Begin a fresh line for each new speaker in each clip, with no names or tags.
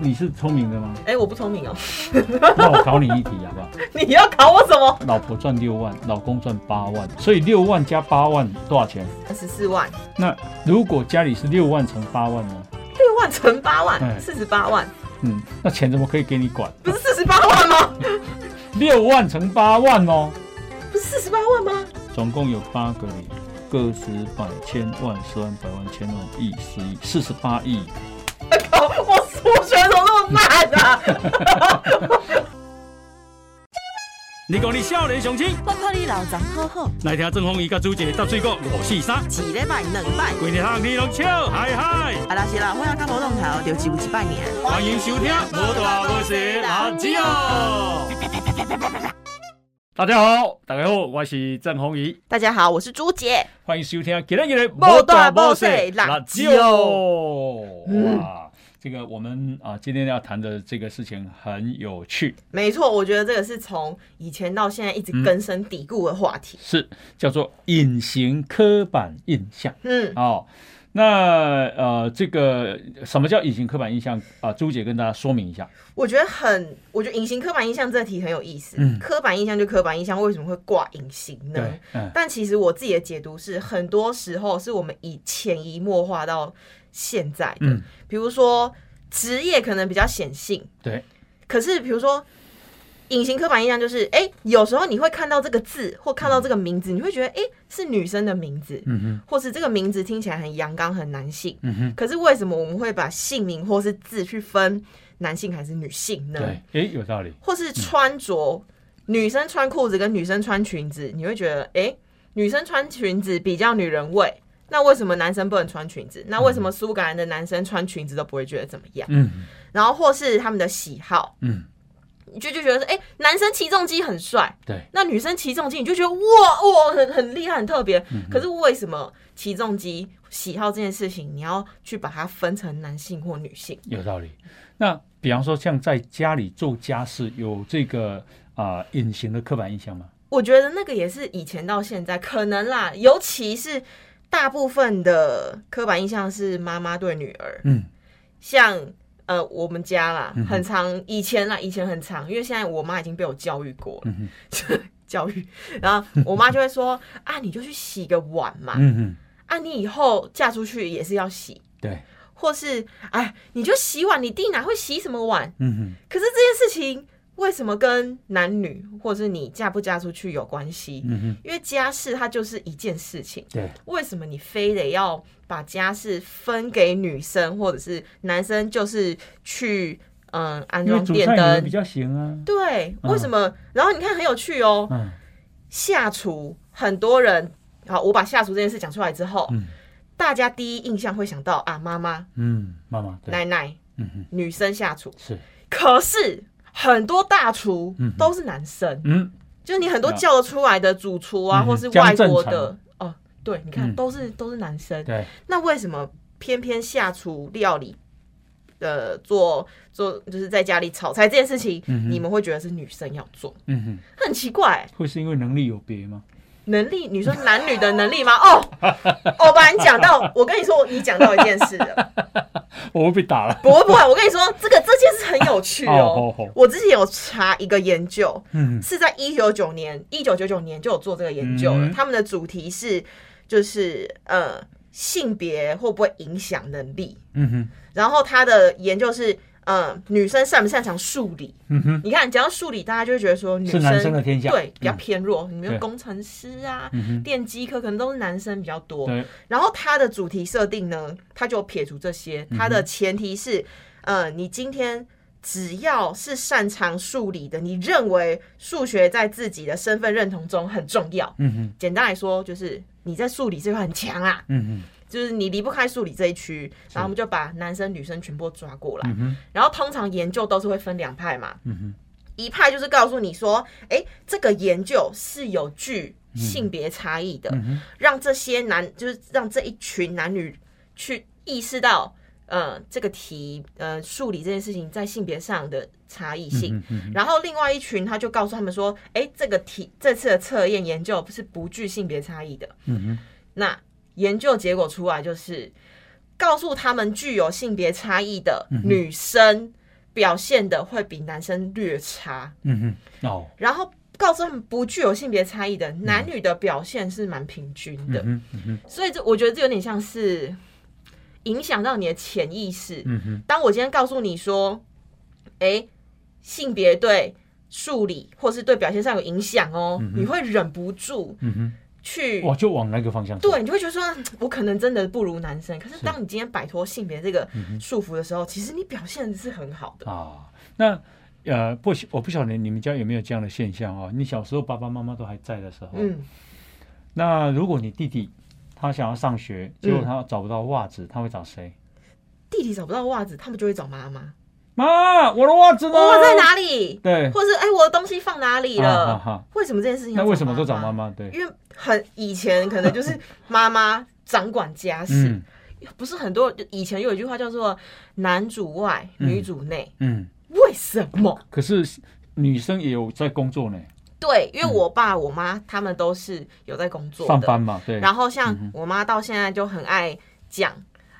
你是聪明的吗？
哎、我不聪明哦，
那我考你一题好不好？
你要考我什么？
老婆赚六万，老公赚八万，所以六万加八万多少钱？
二十四万，
那如果家里是六万乘八万呢？
六万乘八
哎
万，四十八万，
嗯，那钱怎么可以给你管？
不是四十八万吗？
六万乘八万哦，
不是四十八万吗？
总共有八个零，个十百千万十万百万千万亿十亿四十八亿。
靠，我数学怎么那么烂啊？
你讲你少年雄心，
我看你老张好好，
来听郑鸿仪甲朱姐搭水果五四三，
一礼拜两摆，
规日项你拢笑嗨嗨。
啊啦是啦，我要甲无动头，就只有一拜年。
欢迎收听《无大无小阿姊哦》。大家好，大家好，我是郑鸿仪，
大家好，我是朱姐。
欢迎收听今天的《
无大无小辣
姊
椒
哦》。哇，这个我们啊，今天要谈的这个事情很有趣，
没错，我觉得这个是从以前到现在一直根深蒂固的话题。
是叫做隐形刻板印象
嗯，
哦。那呃，这个什么叫隐形刻板印象啊、朱姐跟大家说明一下。
我觉得很，我觉得隐形刻板印象这题很有意思。
嗯
刻板印象就刻板印象，为什么会挂隐形呢
对？，嗯，
但其实我自己的解读是，很多时候是我们以潜移默化到现在的。
嗯
比如说职业可能比较显性，
对，
可是比如说隐形刻板印象就是，哎、有时候你会看到这个字或看到这个名字，你会觉得，哎、是女生的名字，
嗯哼，
或是这个名字听起来很阳刚、很男性。
嗯哼，
可是为什么我们会把姓名或是字去分男性还是女性呢？
对，诶，有道理，
或是穿着，女生穿裤子跟女生穿裙子，你会觉得，哎、女生穿裙子比较女人味。那为什么男生不能穿裙子？那为什么苏格兰的男生穿裙子都不会觉得怎么样？
嗯
然后或是他们的喜好，
嗯，
你就就觉得说，哎、男生骑重机很帅，
对。
那女生骑重机你就觉得哇哇很很厉害很特别。可是为什么骑重机喜好这件事情，你要去把它分成男性或女性？
有道理。那比方说，像在家里做家事，有这个啊、呃隐形的刻板印象吗？
我觉得那个也是以前到现在可能啦，尤其是大部分的刻板印象是妈妈对女儿，
嗯，
像呃我们家啦
嗯，哼
很长以前啦，以前很长，因为现在我妈已经被我教育过了
嗯，
教育，然后我妈就会说啊，你就去洗个碗嘛，
嗯嗯，
啊，你以后嫁出去也是要洗，
对，
或是哎，你就洗碗，你弟哪会洗什么碗？
嗯
可是这件事情为什么跟男女或是你嫁不嫁出去有关系？
嗯嗯哼，
因为家事它就是一件事情，
对，
为什么你非得要把家事分给女生或者是男生？就是去嗯安
因为
装
煮
电
菜女人比
灯，
较行啊。
对，
嗯
为什么？然后你看很有趣哦，
嗯
下厨很多人。好，我把下厨这件事讲出来之后，
嗯
大家第一印象会想到啊，妈妈、
嗯，妈妈对，
奶奶、
嗯嗯
女生下厨。
是，
可是很多大厨
嗯
都是男生，
嗯
就是你很多叫得出来的主厨啊，
嗯
或是外国
江正
的哦，对，你看
嗯
都是都是男生，
对，
那为什么偏偏下厨料理的做做就是在家里炒菜这件事情，
嗯哼
你们会觉得是女生要做？
嗯哼，
很奇怪、
会是因为能力有别吗？
能力，你说男女的能力吗？哦， 我把你讲到，我跟你说，你讲到一件事 了，
我会被打了。
不会不会，我跟你说，这个这件事很有趣
哦
哦。
哦哦，
我之前有查一个研究，
嗯
是在一九九年，一九九九年就有做这个研究了。
嗯
他们的主题是就是呃性别会不会影响能力，
嗯哼
然后他的研究是呃女生擅不擅长数理。
嗯哼，
你看，讲到数理，大家就会觉得说女
是
生
男生的天下。
对比较
嗯
偏弱，你
对
们工程师啊、
嗯哼，
电机科可能都是男生比较多。
对，
然后它的主题设定呢，它就撇除这些，
嗯
它的前提是，呃，你今天只要是擅长数理的，你认为数学在自己的身份认同中很重要。
嗯哼
简单来说，就是你在数理这块很强啊，
嗯哼
就是你离不开数理这一区。然后我们就把男生女生全部抓过来，
嗯哼
然后通常研究都是会分两派嘛，
嗯哼，
一派就是告诉你说，哎、这个研究是有具性别差异的，
嗯哼
让这些男就是让这一群男女去意识到，呃，这个题呃数理这件事情在性别上的差异性。
嗯哼
然后另外一群他就告诉他们说，哎、这个题这次的测验研究是不具性别差异的。
嗯哼，
那研究结果出来就是，告诉他们具有性别差异的女生，表现的会比男生略差，
嗯哼，哦，
然后告诉他们不具有性别差异的男女的表现是蛮平均的，
嗯哼，嗯哼，
所以这我觉得这有点像是影响到你的潜意识。
嗯哼，
当我今天告诉你说，哎、性别对数理或是对表现上有影响哦，你会忍不住
嗯
去
哼，哇，就往那个方向。，
对，你就会觉得说，嗯我可能真的不如男生。可是
是嗯
当你今天摆脱性别这个束缚的时候，其实你表现的是很好的。
啊，那呃，不晓，我不晓得你们家有没有这样的现象哦。你小时候爸爸妈妈都还在的时候，
嗯，
那如果你弟弟他想要上学，结果
嗯
他找不到袜子，他会找谁？
弟弟找不到袜子，他们就会找妈妈。
妈，我的袜子呢？
我在？哪里？
对，
或是哎、我的东西放哪里
啊
了？
哈哈
为什么这件事情？
那为什么都找妈？妈？对，
因为很以前可能就是妈妈掌管家事，
嗯
不是很多。以前有一句话叫做“男主外，
嗯
女主内
嗯，”，
为什么？
可是女生也有在工作呢，
对，因为
嗯
我爸、我妈他们都是有在工作的，
上班嘛，对，嗯
然后像我妈到现在就很爱讲，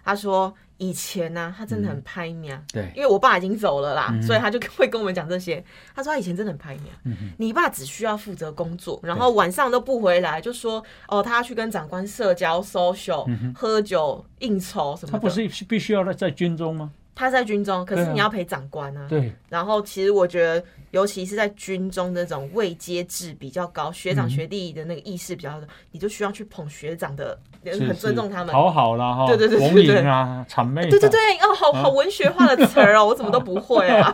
她说以前呢、她真的很拍面、
对，
因为我爸已经走了啦，
嗯
所以她就会跟我们讲这些。她说她以前真的很拍面、
嗯哼
你爸只需要负责工作，然后晚上都不回来，就说哦，他要去跟长官社交、social、喝酒、应酬什么的。
他嗯不是必须要在军中吗？
他在军中，可
对
是
啊
你要陪长官啊。
对，
然后其实我觉得，尤其是在军中那种位阶制比较高，学
嗯
长学弟的那个意识比较高，你就需要去捧学长的，
是
嗯很尊重他
是
们。
讨好啦哈，
对对对对
逢迎啊，谄媚啊，
对对对，哦，好好文学化的词儿哦，我怎么都不会 啊。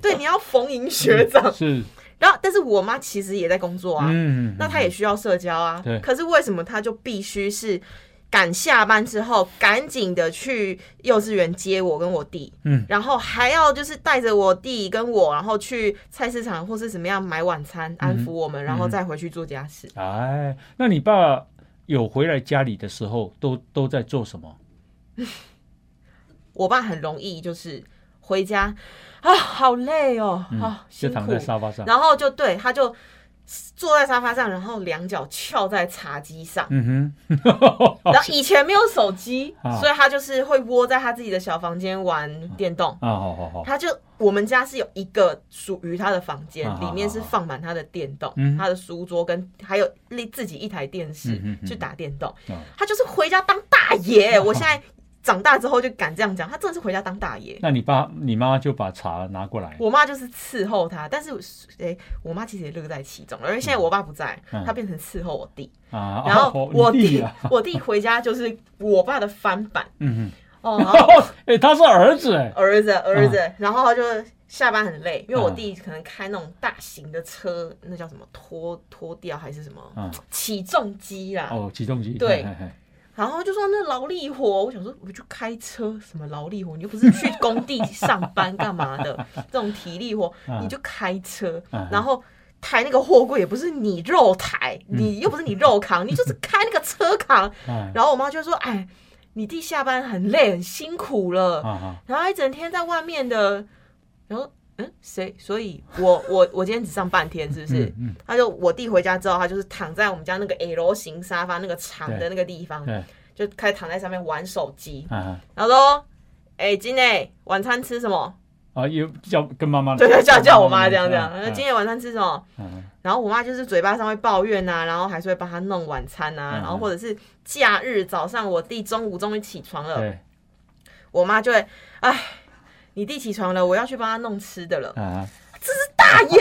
对，你要逢迎学长，
是，
然后但是我妈其实也在工作啊，
嗯，
那她也需要社交啊
对。
可是为什么她就必须是赶下班之后，赶紧的去幼稚园接我跟我弟，
嗯，
然后还要就是带着我弟跟我，然后去菜市场或是怎么样买晚
嗯
餐，安抚我们，然后再回去做家事。
哎，那你爸有回来家里的时候，都都在做什么？
我爸很容易就是回家啊，好累哦，啊，
嗯就
辛
躺
苦
在，沙发上，
然后就对他就。坐在沙发上，然后两脚翘在茶几上，
嗯
然后以前没有手机
啊，
所以他就是会窝在他自己的小房间玩电动。
哼，啊，好好好，
他就我们家是有一个属于他的房间
啊，
里面是放满他的电动
嗯，
他的书桌跟还有立自己一台电视
嗯嗯嗯
去打电动
啊。
他就是回家当大 爷。我现在长大之后就敢这样讲，他真的是回家当大爷。
那你爸你妈就把茶拿过来，
我妈就是伺候他，但是哎、我妈其实也乐在其中，因为现在我爸不在，
嗯
他变成伺候我弟。
啊，
然后
哦
我
你
弟
啊，
我弟回家就是我爸的翻 版
嗯
哦，然后
哼， 哎，他是儿子哎，
儿子儿子，然后他就下班很累，因为我
嗯
弟可能开那种大型的车，那叫什么拖拖吊还是什么、
嗯
起重机啦，
哦，起重机，
啊对
嘿嘿嘿
然后就说那劳力活，我想说我就开车什么劳力活，你又不是去工地上班干嘛的，这种体力活
嗯
你就开车，
嗯
然后。抬那个货柜也不是你肉抬，
嗯
你又不是你肉扛，你就是开那个车扛。
哎，
然后我妈就说：“哎，你弟下班很累，很辛苦了，
啊哈，
然后一整天在外面的，然后嗯，谁？所以我我我今天只上半天，是不是？
嗯嗯，
他就我弟回家之后，他就是躺在我们家那个 L 型沙发那个长的那个地方，
对，
就开始躺在上面玩手机，
啊
然后说：“哎、金磊，晚餐吃什么
啊，有叫跟妈妈？”
对对，叫叫我妈这样这样。
啊
那今天晚餐吃什么？
嗯
然后我妈就是嘴巴上会抱怨啊，然后还是会帮他弄晚餐啊，
嗯
然后或者是假日早上我弟中午终于起床了，
嗯对
我妈就会，哎，你弟起床了，我要去帮他弄吃的了。
啊。
大爷，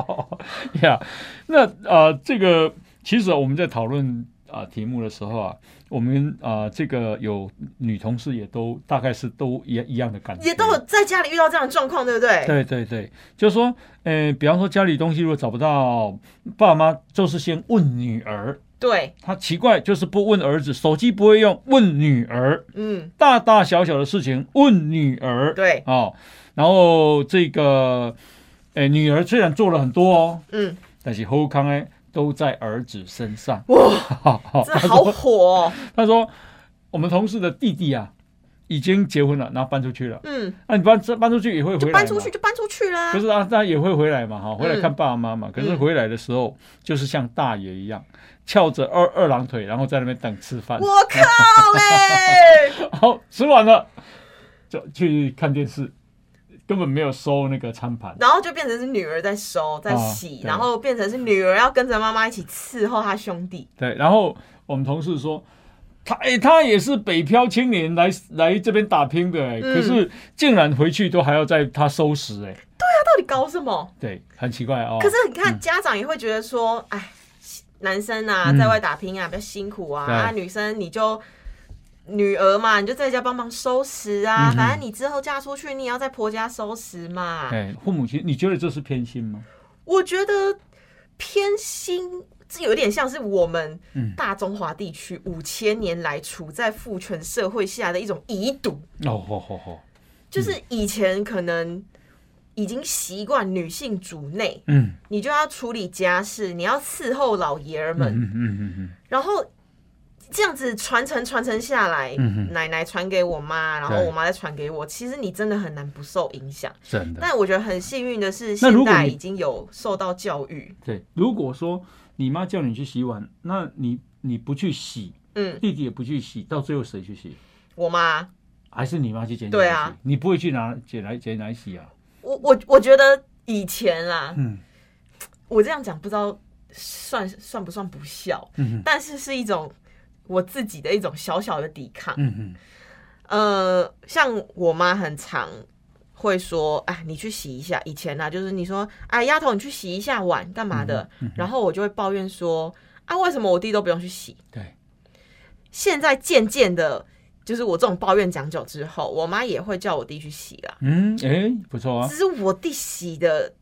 呀那呃，这个其实我们在讨论啊、题目的时候啊，我们啊、这个有女同事也都大概是都一一样的感觉，
也都有在家里遇到这样的状况，对不对？
对对对，就是说，呃，比方说家里东西如果找不到，爸妈就是先问女儿，
对，
他奇怪就是不问儿子，手机不会用，问女儿，
嗯，
大大小小的事情问女儿，
对，
哦，然后这个，呃，女儿虽然做了很多哦，
嗯，
但是后康呢都在儿子身上。
哇，这
他
好
说
火哦，
他说我们同事的弟弟啊，已经结婚了，然后搬出去了。
嗯，
那、你搬这搬出去也会回来吗
搬出去就搬出去啦
不，是啊，那也会回来嘛，哈，回来
嗯
看爸爸妈妈。可是
嗯
回来的时候，就是像大爷一样，翘着二二郎腿，然后在那边等吃饭，
我靠嘞，
然后吃完了就去看电视，根本没有收那个餐盘。
然后就变成是女儿在收在
啊
洗，
对
然后变成是女儿要跟着妈妈一起伺候她兄弟。
对，然后我们同事说，他哎、他也是北漂青年来来这边打拼的、哎，
嗯
可是竟然回去都还要在他收拾、哎，
他到底搞什么？
对，很奇怪哦。
可是你看，家长也会觉得说，哎，男生啊
嗯
在外打拼啊比较辛苦啊，
对
啊女生你就。女儿嘛，你就在家帮忙收拾啊，
嗯哼
反正你之后嫁出去，你也要在婆家收拾嘛。
哎，父母亲，你觉得这是偏心吗？
我觉得偏心，这有点像是我们
嗯
大中华地区五千年来处在父权社会下的一种遗毒，
哦吼吼吼，嗯
就是以前可能已经习惯女性主内，
嗯
你就要处理家事，你要伺候老爷儿
嗯
们，
嗯嗯嗯嗯，
然后。这样子传承传承下来，
嗯哼
奶奶传给我妈，然后
对
我妈再传给我。其实你真的很难不受影响。
真的。
但我觉得很幸运的是，
那
现
如果
代
你
已经有受到教育。
对，如果说你妈叫你去洗碗，那你你不去洗，
嗯，
弟弟也不去洗，到最后谁去洗？
我妈，
还是你妈去捡起来洗？
对啊
你不会去拿捡来捡来洗啊？
我我我觉得以前啦，
嗯
我这样讲不知道算算不算不孝，
嗯哼
但是是一种我自己的一种小小的抵抗。
嗯嗯，
呃，像我妈很常会说：“哎，你去洗一下。”以前呢、啊就是你说：“哎，丫头，你去洗一下碗干嘛的？”
嗯
然后我就会抱怨说：“啊，为什么我弟都不用去洗
对，？”
现在渐渐的，就是我这种抱怨讲久之后，我妈也会叫我弟去洗啦。
嗯，哎，不错啊
只，是我弟洗的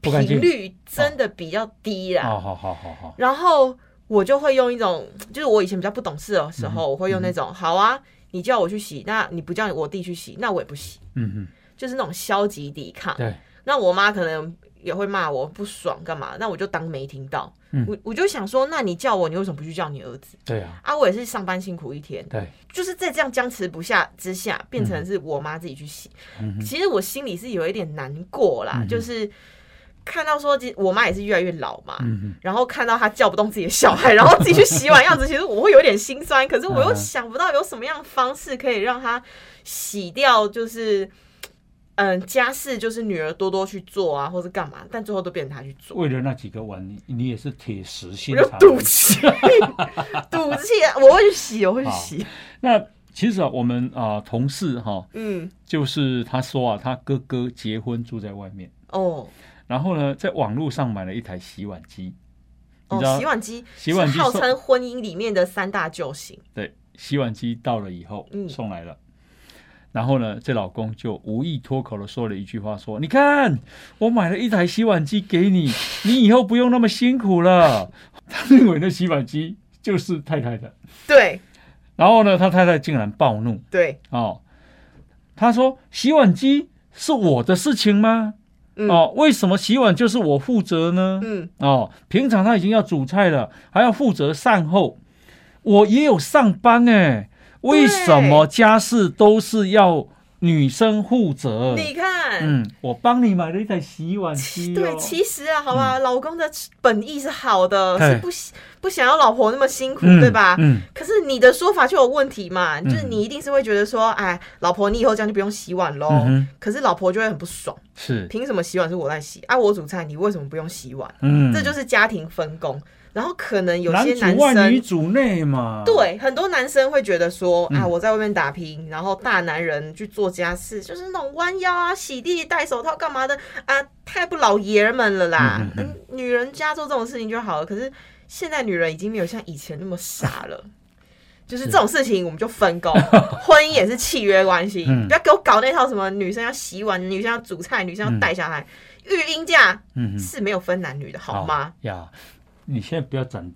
不干净哦
频率真的比较低啦。
好好好好好，
然后我就会用一种，就是我以前比较不懂事的时
嗯
候，我会用那种、好啊，你叫我去洗，那你不叫我弟去洗，那我也不洗，
嗯
就是那种消极抵抗
嗯，。对，
那我妈可能也会骂我不爽干嘛，那我就当没听到。
嗯
我我就想说，那你叫我，你为什么不去叫你儿子
对啊，
啊？我也是上班辛苦一天，
对，
就是在这样僵持不下之下，
嗯
变成是我妈自己去洗。其实我心里是有一点难过
嗯
啦，就是看到说，其实我妈也是越来越老嘛，
嗯
然后看到她叫不动自己的小孩， 然后自己去洗碗样子，其实我会有点心酸。可是我又
嗯
想不到有什么样的方式可以让她洗掉，就是嗯家事，就是女儿多多去做啊，或是干嘛，但最后都变成她去
哼，
做。
为了那几个碗，你你也是铁石心
我就
肠。
赌气，赌气，我会去洗，我会去
好
洗。
那其实啊，我们啊、同事哈、
嗯，
就是他说啊，他哥哥结婚住在外面，
哦，
然后呢，在网络上买了一台洗碗机，你知
哦，
道
洗碗机
洗碗机
是号
送
称婚姻里面的三大救星。
对，洗碗机到了以后
嗯
送来了。然后呢，这老公就无意脱口的说了一句话：“说你看，我买了一台洗碗机给你，你以后不用那么辛苦了。” 他认为那洗碗机就是太太的。
对
然后呢，他太太竟然暴怒
对，
哦，他说：“洗碗机是我的事情吗？
嗯
哦，为什么洗碗就是我负责呢？
嗯，
哦，平常他已经要煮菜了，还要负责善后，我也有上班哎，为什么家事都是要女生负责？
你看，
嗯，我帮你买了一台洗碗机、哦，嗯
对，其实啊，好吧，老公的本意是好的，
对
是不喜不想要老婆那么辛苦，
嗯
对吧？
嗯，
可是你的说法就有问题嘛，就是你一定是会觉得说，哎，老婆，你以后这样就不用洗碗喽。
嗯哼
可是老婆就会很不爽，
是，
凭什么洗碗是我在洗啊？我煮菜，你为什么不用洗碗？
嗯，
这就是家庭分工。然后可能有
男
些
主
男
外
生
女主内嘛，，
对，很多男生会觉得说啊，
嗯
我在外面打拼，然后大男人去做家事，就是那种弯腰啊、洗地、戴手套干嘛的啊，太不老爷们了啦。
嗯
嗯
嗯
女人家做这种事情就好了。可是现在女人已经没有像以前那么傻 了。就是这种事情，我们就分工，婚姻也是契约关系，
嗯
不要给我搞那套什么女生要洗碗、女生要煮菜、女生要带小孩。育婴假
嗯哼，
是没有分男女的，好吗？
呀，你现在不要斩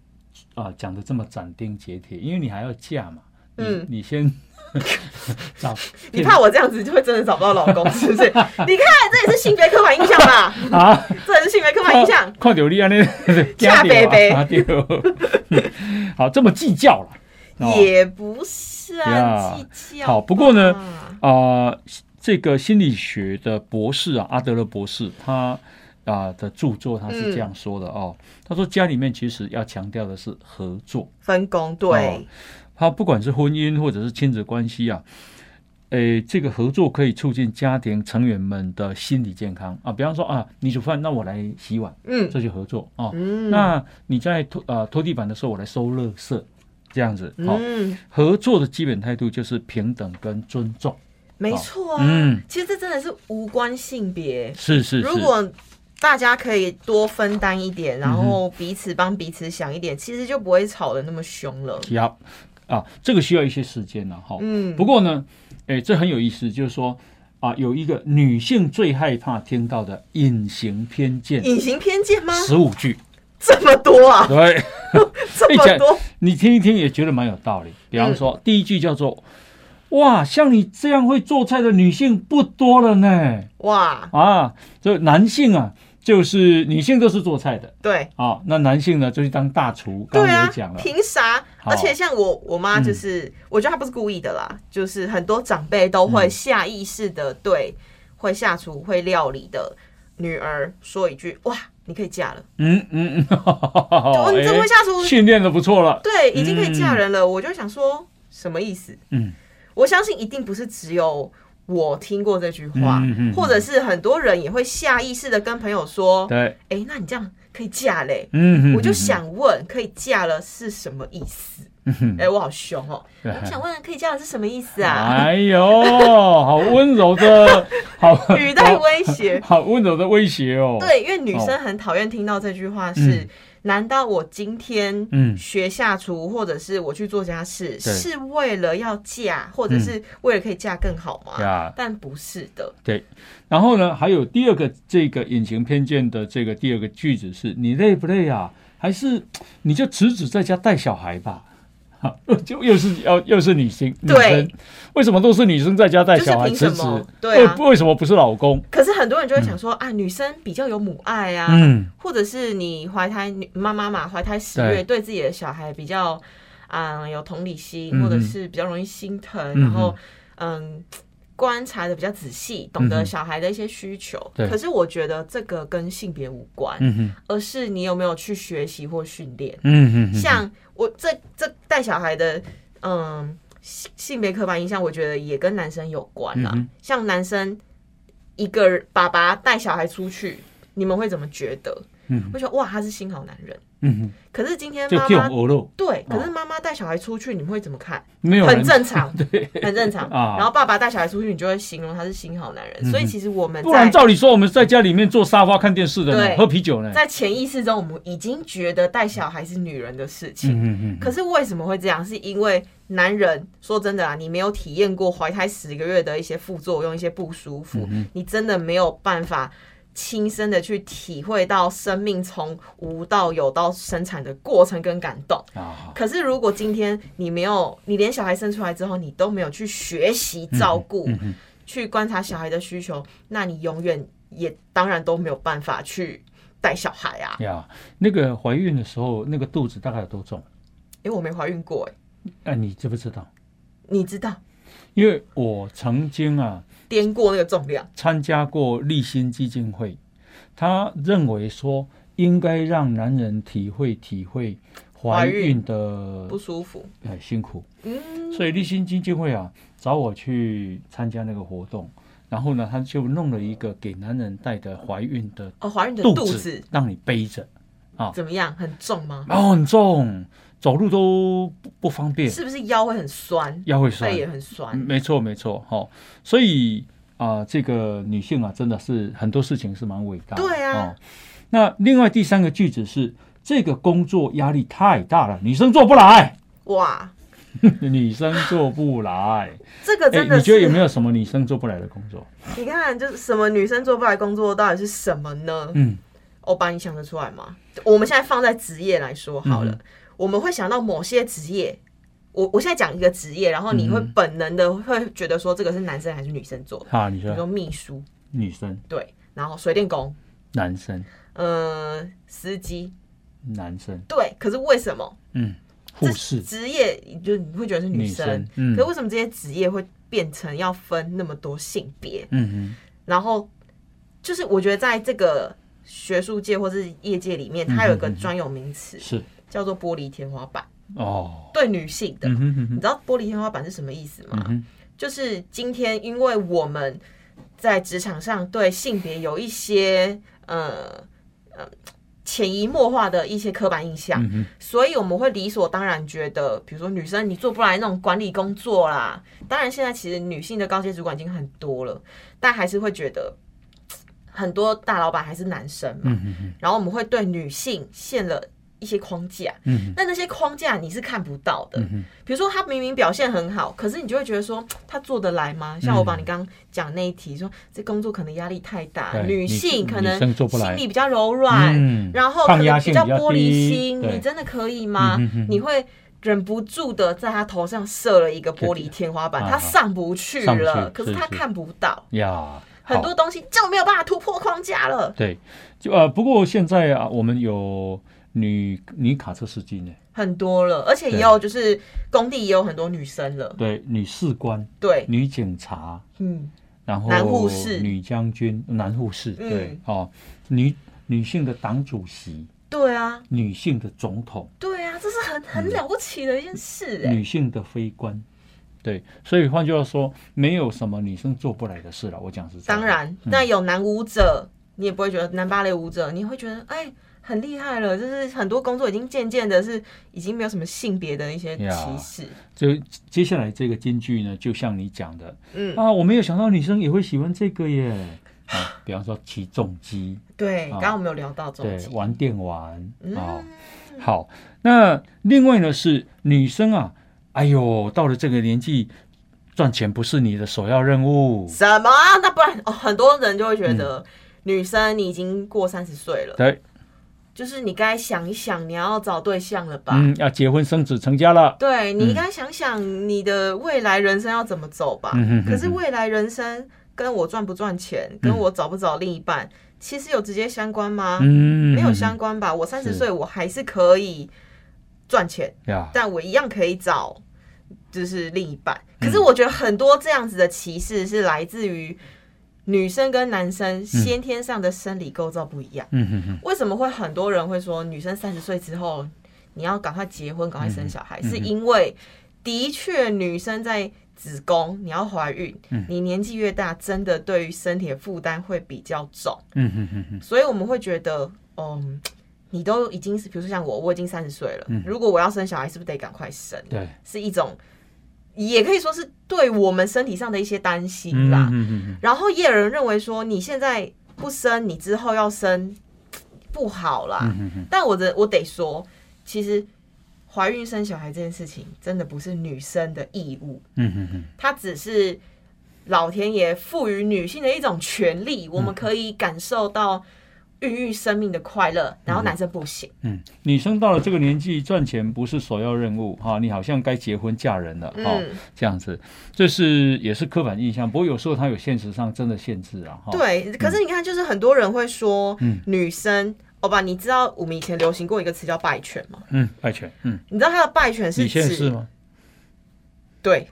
啊讲的这么斩钉截铁，因为你还要嫁嘛，你、
嗯
你 先找，
你怕我这样子就会真的找不到老公，是不是？ 你看，这也是性别刻板印象吧？
啊？
这也是性别刻板印象。
看到你安 尼，
吓白白
啊对， 嗯好，这么计较了。 哦
也不是啊，
呀
计较。
好不过呢，啊、这个心理学的博士啊，阿德勒博士，他啊、的著作他是这样说
嗯
的哦，他说家里面其实要强调的是合作，
分工对，
哦他不管是婚姻或者是亲子关系啊，诶，这个合作可以促进家庭成员们的心理健康啊。比方说啊，你煮饭，那我来洗碗，
嗯
这就合作啊。
嗯
那你在拖啊拖地板的时候，我来收垃圾，这样子。好、
嗯，
合作的基本态度就是平等跟尊重。
没错啊，
嗯
其实这真的是无关性别，
是是是。
如果大家可以多分担一点，然
嗯哼
后彼此帮彼此想一点，其实就不会吵得那么凶了。
呀啊，这个需要一些时间了哈。
嗯
不过呢，诶，这很有意思，就是说啊，有一个女性最害怕听到的隐形偏见，
隐形偏见吗？
十五句，
这么多啊，
对，哎
这么多，
你听一听也觉得蛮有
嗯
道理。比方说，第一句叫做。哇，像你这样会做菜的女性不多了呢！
哇，
啊，就男性啊，就是女性都是做菜的
对。
啊，那男性呢就去当大厨，刚
对
刚
啊
也讲，了，
凭啥？
好
而且像我我妈
嗯
就是，我觉得她不是故意的啦，就是很多长辈都会下意识的对会下厨、会料理的女儿说一句：“哇，你可以嫁了，
嗯 嗯嗯，
哦，你真会下厨，
哎训练的不错了，
对，已经可以嫁人了。我就想说，什么意思？
嗯，
我相信一定不是只有我听过这句话，
嗯嗯嗯嗯
或者是很多人也会下意识的跟朋友说：“
对，
哎、那你这样可以嫁嘞。”
嗯哼
我就
哼
想问，可以嫁了是什么意思？
哼哼
哎、我好凶哦！
对
我想问，可以嫁了是什么意思啊？
哎呦，好温柔的，好
语带威胁。
好好温柔的威胁啊 哦。，
对，因为女生很讨厌听到这句话是：
嗯
难道我今天
嗯
学下厨，或者是我去做家事，
对
是为了要嫁，或者
嗯
是为了可以嫁更好吗？
呀，
但不是的，
然后呢，还有第二个这个隐形偏见的这个第二个句子是：你累不累啊？还是你就辞职在家带小孩吧？哈就又是要又是女性女
对
生，为什么都是女生在家带小孩
就是凭
辞职
什么？对啊
为为什么不嗯是老公？
可是很多人就会想说、啊，女生比较有母爱啊，
嗯，
或者是你怀胎女妈妈嘛，怀胎十月，对自己的小孩比较啊、有同理心，
嗯
或者是比较容易心疼，
嗯嗯
然后嗯观察的比较仔细，懂得小孩的一些需求。
对
可是我觉得这个跟性别无关，
嗯哼，
而是你有没有去学习或训练。
嗯哼哼，
像我这这带小孩的，嗯，性性别刻板印象，我觉得也跟男生有关啦。
嗯
像男生一个人爸爸带小孩出去，你们会怎么觉得？
嗯哼
会觉得哇，他是新好男人。
嗯
可是今天
哼，就
妈
这种
妈
鹅肉
对，
哦
可是妈妈带小孩出去，你们会怎么看？
没有人，
很正常
对，
很正常。
啊
然后爸爸带小孩出去，你就会形容他是新好男人。
嗯
所以其实我们
不然
在
照理说我们在家里面坐沙发看电视的呢，
对
喝啤酒呢。
在潜意识中，我们已经觉得带小孩是女人的事情。
嗯嗯
可是为什么会这样？是因为男人说真的啊，你没有体验过怀胎十个月的一些副作用、一些不舒服，你真的没有办法亲身的去体会到生命从无到有到生产的过程跟感动。
嗯啊，
可是如果今天你没有，你连小孩生出来之后，你都没有去学习照顾，
哼
去观察小孩的需求，那你永远也当然都没有办法去带小孩啊。
呀，那个怀孕的时候，那个肚子大概有多重？
因为我没怀孕过、欸，
哎，你知不知道？
你知道
因为我曾经啊
掂过那个重量。
参加过立新基金会，他认为说应该让男人体会体会怀
怀孕
孕的
不舒服。
呃辛苦，
嗯，
所以立新基金会啊找我去参加那个活动，然后呢他就弄了一个给男人戴的怀孕的
哦，怀孕的
肚
肚
子
子
让你背着。
怎么样？很重吗？
然后很重，走路都不不方便，
是不是腰会很酸，
腰会酸
背。也很酸？
没错，没错，哈、所以啊、这个女性啊，真的是很多事情是蛮伟大的。
对啊
哦那另外第三个句子是，这个工作压力太大了，女生做不 来，
哇，
女生做不来。
这个真的
哎你觉得有没
有？
有什么女生做不来的工作？
你看，就是什么女生做不来工作到底是什么呢？
嗯，
欧巴，你想得出来吗？我们现在放在职业来说好了，
嗯
我们会想到某些职业。我我现在讲一个职业，然后你会
嗯哼
本能的会觉得说这个是男生还是女生做的？
啊，你
比如说
说
秘书，
女生、
对，然后水电工，
男生、
呃，司机，
男生，
对。可是为什么
嗯，护
这
士、
职业，就你会觉得是女生，
生，嗯
可为什么这些职业会变成要分那么多性别？
嗯
然后就是我觉得在这个学术界或是业界里面，
嗯
它有一个
嗯嗯
专有名词
哼，是
叫做玻璃天花板，
哦，
对女性的。
嗯哼嗯
你
哼
知道玻璃天花板是什么意思吗？
嗯哼，
就是今天因为我们在职场上对性别有一些呃呃潜移默化的一些刻板印象，
嗯哼，
所以我们会理所当然觉得，比如说女生你做不来那种管理工作啦。当然，现在其实女性的高阶主管已经很多了，但还是会觉得嘖很多大老板还是男生嘛。
嗯哼，
然后我们会对女性限了一些框架，
嗯哼，
那那些框架你是看不到的。
嗯哼，
比如说他明明表现很好，可是你就会觉得说嘖他做得来
嗯
吗？像我把你刚刚讲那一题说，这工作可能压力太大，
对
女
女
性可能
女生做不来
心理比较柔软，
嗯
然后可
抗压
能比
性
较
比较
玻璃
低
心，
对
你真的可以吗
嗯哼哼？
你会忍不住的在他头上射了一个玻璃天花板，
啊
他上不去
上不去
了，可是
是
他
是
看不到
呀，
很
好
多东西就没有办法突破框架了。
对，就呃，不过现在啊，我们有女女卡车司机呢，
很多了，而且也
对
有就是工地也有很多女生了，
对，女士官、
对，
女警察，
嗯，
然后
男护士
女将军、男护士，
嗯
对，哦，女女性的党主席、
对啊，
女性的总统、
对啊，这是很
嗯
很了不起的一件事哎、
女性的非官，对，所以换句话说，没有什么女生做不来的事了。我讲实在话，
当然，
嗯
那有男舞者，你也不会觉得男芭蕾舞者，你会觉得哎。很厉害了，就是很多工作已经渐渐的是已经没有什么性别的一些歧
呀
视
就接下来这个金句呢，就像你讲的
嗯，
啊，我没有想到女生也会喜欢这个耶。 啊，比方说起重机，
对，
啊
刚刚我们有聊到这种
对，
情
玩电玩
嗯
啊、好，那另外呢是女生啊，哎呦，到了这个年纪，赚钱不是你的首要任务。
什么？那不然哦，很多人就会觉得、女生你已经过三十岁了，
对，
就是你该想一想你要找对象了吧？
嗯，要结婚生子成家了。
对你
嗯
应该想想你的未来人生要怎么走吧。
嗯哼哼哼
可是未来人生跟我赚不赚钱，跟我找不找另一半，其实有直接相关吗？
嗯，
没有相关吧。我三十
是
岁，我还是可以赚钱，
呀，
但我一样可以找就是另一半。
嗯
可是我觉得很多这样子的歧视是来自于女生跟男生先天上的生理构造不一样。
嗯哼哼，
为什么会很多人会说女生三十岁之后你要赶快结婚、赶快生小孩？
嗯嗯
是因为的确女生在子宫你要怀孕，
嗯
你年纪越大，真的对于身体的负担会比较重，
嗯哼哼哼，
所以我们会觉得，嗯。你都已经是，比如说像我，我已经三十岁了。
嗯
如果我要生小孩，是不是得赶快生？
对，
是一种，也可以说是对我们身体上的一些担心
嗯
啦。
哼哼哼，
然后也有人认为说，你现在不生，你之后要生不好啦。
嗯哼哼，
但我的我得说，其实怀孕生小孩这件事情真的不是女生的义务，
嗯哼哼，
它只是老天爷赋予女性的一种权利，我们
嗯
可以感受到孕育生命的快乐，然后男生不行。
嗯，女生到了这个年纪，赚钱不是首要任务哈，你好像该结婚嫁人了哈，
嗯
这样子，这是也是刻板印象，不过有时候它有现实上真的限制啊哈。
对，可是你看，就是很多人会说，
嗯
女生。欧巴，你知道我们以前流行过一个词叫“败犬”吗？
嗯，爱犬，嗯，
你知道它的败犬是
你现在
指
是吗？
对，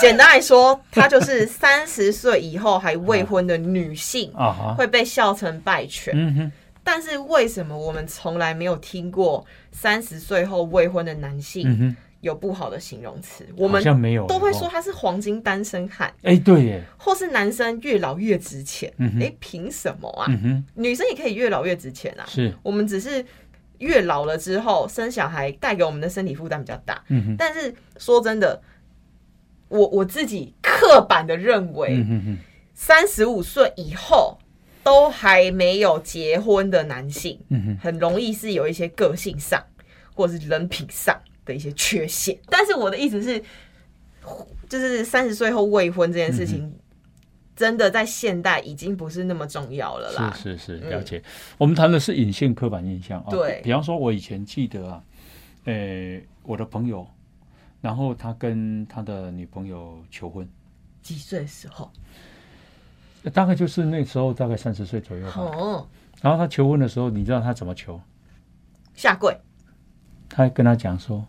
简单来说，她就是三十岁以后还未婚的女性
啊哈，
会被笑成败犬。
嗯哼，
但是为什么我们从来没有听过三十岁后未婚的男
嗯
性
哼。
有不好的形容词？我
好
们
像没有
都会说
哦
他是黄金单身汉，
哎、对耶，
或是男生越老越值钱。
嗯哼
诶，凭什么啊？
嗯哼，
女生也可以越老越值钱啊。
是，
我们只是越老了之后生小孩带给我们的身体负担比较大。
嗯哼，
但是说真的，我我自己刻板的认为
嗯，哼哼，
三十五岁以后都还没有结婚的男性，
嗯哼，
很容易是有一些个性上或是人品上的一些缺陷。但是我的意思是，就是三十岁后未婚这件事
嗯
情，真的在现代已经不是那么重要了啦。
是是是，
嗯
了解。我们谈的是隐性刻板印象啊，
对
比方说，我以前记得啊，呃，我的朋友，然后他跟他的女朋友求婚，
几岁的时候？
大概就是那时候大概三十岁左右吧。
哦，
然后他求婚的时候，你知道他怎么求？
下跪
他还跟他讲说：“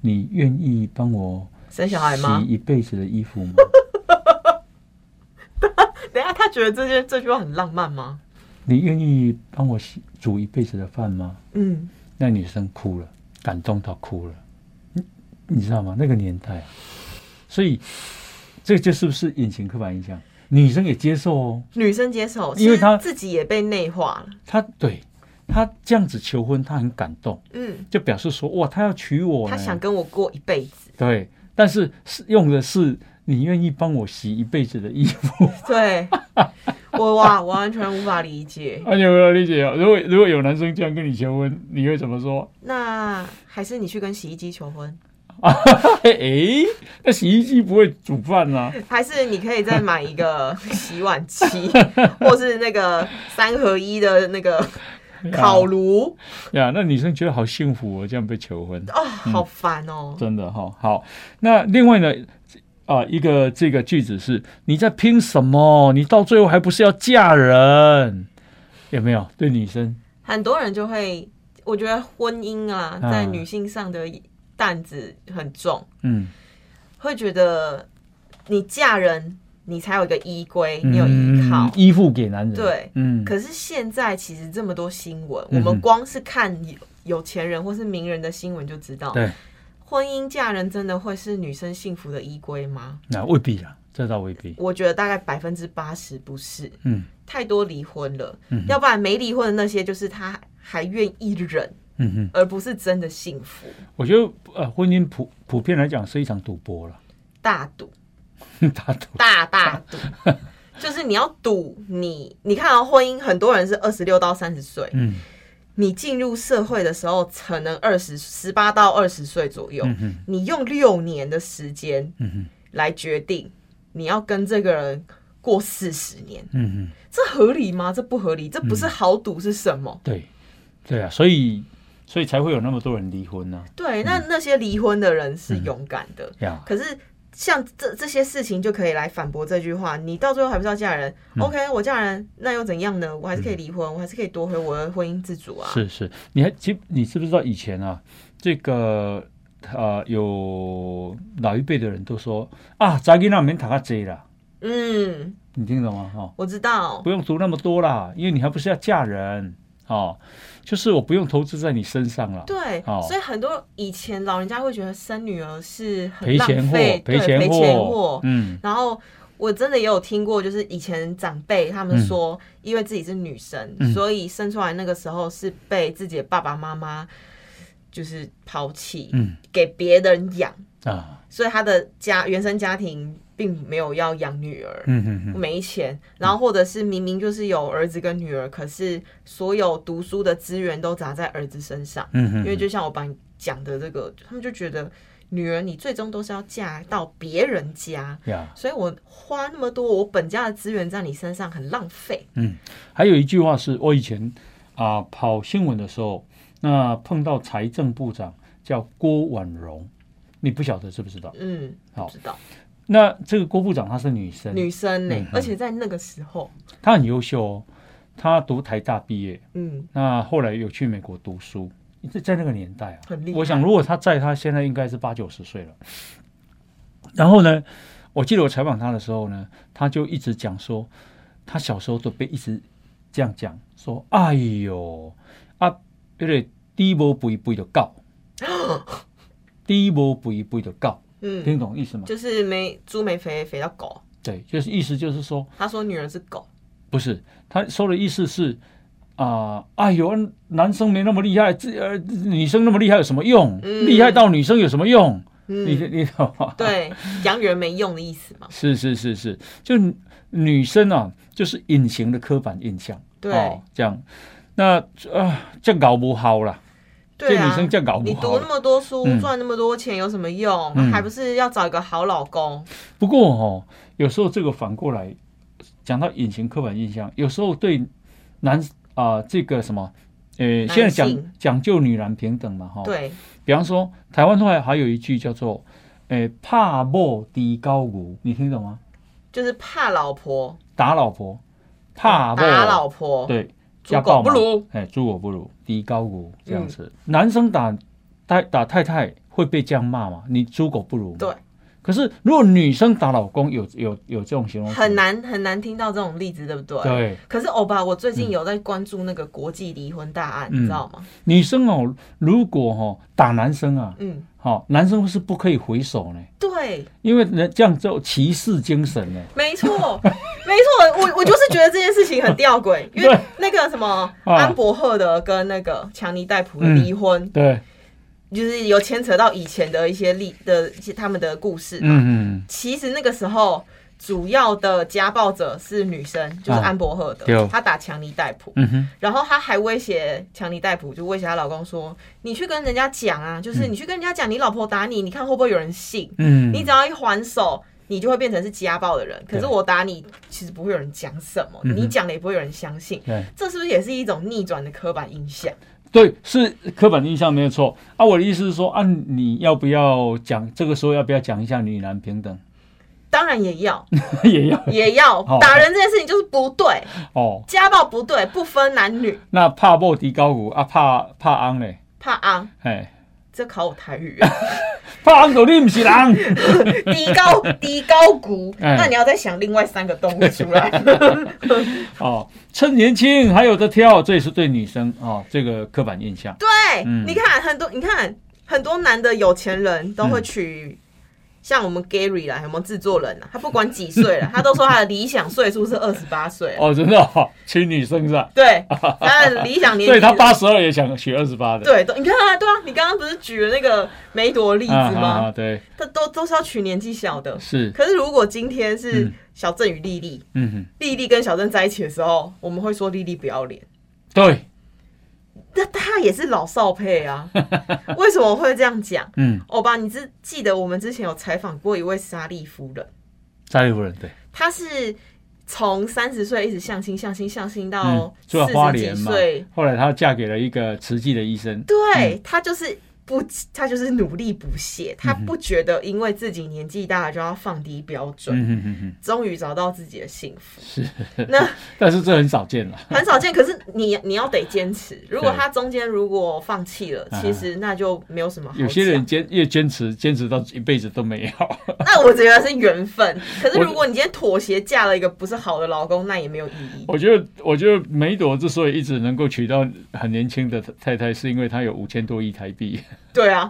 你愿意帮我
生
洗
小孩吗？
一辈子的衣服吗？”
等一下，他觉得这件这句话很浪漫吗？
你愿意帮我洗煮一辈子的饭吗？
嗯，
那女生哭了，感动到哭了，你你知道吗？那个年代啊，所以这个就是不是隐形刻板印象？女生也接受哦，
女生接受，
因为
其实
她
自己也被内化了。
她对她这样子求婚，她很感动，
嗯，
就表示说哇，她要娶我呢，
她想跟我过一辈子。
对，但是是用的是你愿意帮我洗一辈子的衣 服，
对，我哇，我完全无法理解。
而且我要理解哦，如果如果有男生这样跟你求婚，你会怎么说？
那还是你去跟洗衣机求婚，
哎、诶那洗衣机不会煮饭啊？
还是你可以再买一个洗碗 机，或是那个三合一的那个烤炉？
嗯呀，那女生觉得好幸福哦，这样被求婚，
哦，好烦哦。
真的哈、好，那另外呢，啊、一个这个句子是你在拼什么？你到最后还不是要嫁人？有没有？对女生，
很多人就会，我觉得婚姻啊，
嗯
在女性上的担子很重，
嗯，
会觉得你嫁人，你才有一个依归，你有依靠
嗯。依附给男人，
对
嗯，
可是现在其实这么多新闻，我
嗯
们光是看有有钱人或是名人的新闻就知道，
对，
婚姻嫁人真的会是女生幸福的依归吗？
那未必啊，这倒未必，
我觉得大概百分之八十不是，
嗯
太多离婚了，
嗯
要不然没离婚的那些就是她还愿意忍，
嗯哼，
而不是真的幸福。
我觉得呃，婚姻普普遍来讲是一场赌博 了，
大赌，
大赌，
大大 赌，就是你要赌你，你看啊、婚姻很多人是二十六到三十岁，
嗯
你进入社会的时候可能二十十八到二十岁左右，
嗯哼
你用六年的时间
嗯哼
来决定你要跟这个人过四十年，
嗯哼。
这合理吗？这不合理，这不是豪赌是什么？
对，对啊，所以所以才会有那么多人离婚呢、
对，那那些离婚的人是勇敢的，
呀，
可是像这这些事情就可以来反驳这句话，你到最后还不是要嫁人、o
嗯
k 我嫁人那又怎样呢？我还是可以离婚，我还是可以夺回我的婚姻自主啊。
是是，你还其实你知不知道以前啊，这个呃有老一辈的人都说啊，查囡仔免读啊多啦，
嗯，
你听懂吗？哦，
我知道，
不用读那么多啦，因为你还不是要嫁人哦，就是我不用投资在你身上了。
对，
哦
所以很多以前老人家会觉得生女儿是很
赔
浪
钱货
费，，对，
钱
赔钱货
货，。嗯
然后我真的也有听过，就是以前长辈他们说，因为自己是女生，
嗯
所以生出来那个时候是被自己的爸爸妈妈就是抛弃，
嗯
给别人养。
啊，
所以他的家原生家庭并没有要养女儿，
嗯嗯嗯，
没钱，然后或者是明明就是有儿子跟女儿，可是所有读书的资源都砸在儿子身上，
嗯嗯，
因为就像我帮你讲的这个，他们就觉得女儿你最终都是要嫁到别人家。
呀，
所以我花那么多我本家的资源在你身上很浪费，
嗯，还有一句话是我以前啊、跑新闻的时候，那碰到财政部长叫郭婉容，你不晓得知不知道？
嗯，
好
不知道
那这个郭部长她是女生，
女生呢、
嗯
而且在那个时候，
她很优秀哦，她读台大毕业，
嗯，
那后来有去美国读书，在在那个年代啊，
很厉害
我想如果她在，她现在应该是八九十岁了。然后呢，我记得我采访她的时候呢，她就一直讲说，她小时候都被一直这样讲，说哎呦啊，有点低无肥肥就 告，低无肥肥就告，
嗯，
听懂意思吗？
就是没猪没肥肥到狗，
对，就是意思就是说，
他说女人是狗，
不是，他说的意思是啊、哎呦，男生没那么厉害，这呃女生那么厉害有什么用？
嗯
厉害到女生有什么用？
嗯，
你啊你懂 吗？，
对，养女人没用的意思嘛。
是是是是，就女生啊，就是隐形的刻板印象，
对
哦、这样。那啊、这搞不好啦，
对
这
啊，
女生这搞不
你
好
读那。么多书，
嗯
赚那么多钱有什么用？
嗯
还不是要找一个好老公？
不过哦，有时候这个反过来讲到隐形刻板印象，有时候对男啊、这个什么，呃，
男
现在讲
性
讲究女男平等嘛，哈、
对，
比方说，台湾话还有一句叫做“诶、怕某低高骨”，你听懂吗？
就是怕老婆，
打老婆，怕某
打老婆，
对，
猪
家暴
狗不
嘛
如。嗯
哎，猪我不如，低高骨这样子。男生打太打太太会被这样骂吗？你猪狗不如。
对。
可是如果女生打老公有有有这种形容词，
很难很难听到这种例子，对不对？
对。
可是欧巴，我最近有在关注那个国际离婚大案，
嗯
你知道吗？
女生哦，如果哦打男生啊，
嗯，
好、男生是不可以回手呢，
对，
因为人这样就歧视精神呢。
没错， 没错，我我就是觉得这件事情很吊诡，因为
对
那个什么
啊嗯
安伯赫德跟那个强尼戴普的离婚，
对，
就是有牵扯到以前的一些例的一些他们的故事。
嗯嗯，
其实那个时候主要的家暴者是女生，就是
啊
安伯赫德
对，
她、打强尼戴普。
嗯哼，
然后她还威胁强尼戴普，就威胁她老公说：“你去跟人家讲啊，就是你去跟人家讲，你老婆打你，你看会不会有人信？
嗯，
你只要一还手，你就会变成是家暴的人。可
对
是我打你，其实不会有人讲什么，
嗯哼
你讲了也不会有人相信。
对
这是不是也是一种逆转的刻板印象？
对是刻板印象没有错啊。我的意思是说啊，你要不要讲这个时候要不要讲一下女男平等
当然也要，
也要
也要
好
打人这件事情就是不对，
哦？
家暴不对，不分男女，
那怕莫迪高谷啊，怕怕昂嘞，
怕昂。
哎，
这考我台语，啊
怕昂都你不是狼，
低高低高谷，
哎
那你要再想另外三个动物出 来。
哦，趁年轻还有的挑，这也是对女生哦这个刻板印象。
对，
嗯
你看很多，你看很多男的有钱人都
嗯
会娶，像我们 Gary 啦，有没有制作人啊？他不管几岁 了，他都说他的理想岁数是二十八岁啊。
哦，真的哦，娶女生是吧？
对，他的理想年
所以
龄。
他八十二也想娶二十八的。
对，都你看啊，对啊，你刚刚不是举了那个梅朵例子
啊啊啊
吗？
对，
他都都是要娶年纪小的。
是，
可是如果今天是
嗯
小郑与丽丽，
嗯哼，
丽丽跟小郑在一起的时候，我们会说丽丽不要脸。
对，
那他也是老少配 啊，为什么会这样讲？
嗯，
欧巴，你知记得我们之前有采访过一位莎莉夫人，
家里夫人对，
她是从三十岁一直相亲相亲相亲
嗯
到，
住
四
在花
十几
莲嘛
岁，。
后来她嫁给了一个慈济的医生。嗯
对她就是不，她就是努力不懈，她不觉得因为自己年纪大了就要放低标
嗯
准，
哼哼哼，
终于找到自己的幸 福。
是，
那
但是这很少见了。
很少见，可是你你要得坚持。如果
对
她中间如果放弃了，
啊
其实那就没有什么好。
有些人。坚越坚持，坚持到一辈子都没有。
那我觉得是缘分。可是
我
如果你今天妥协嫁了一个不是好的老公，那也没有意义。
我觉得，我觉得梅朵之所以一直能够娶到很年轻的太太，是因为她有五千多亿台币。
对啊，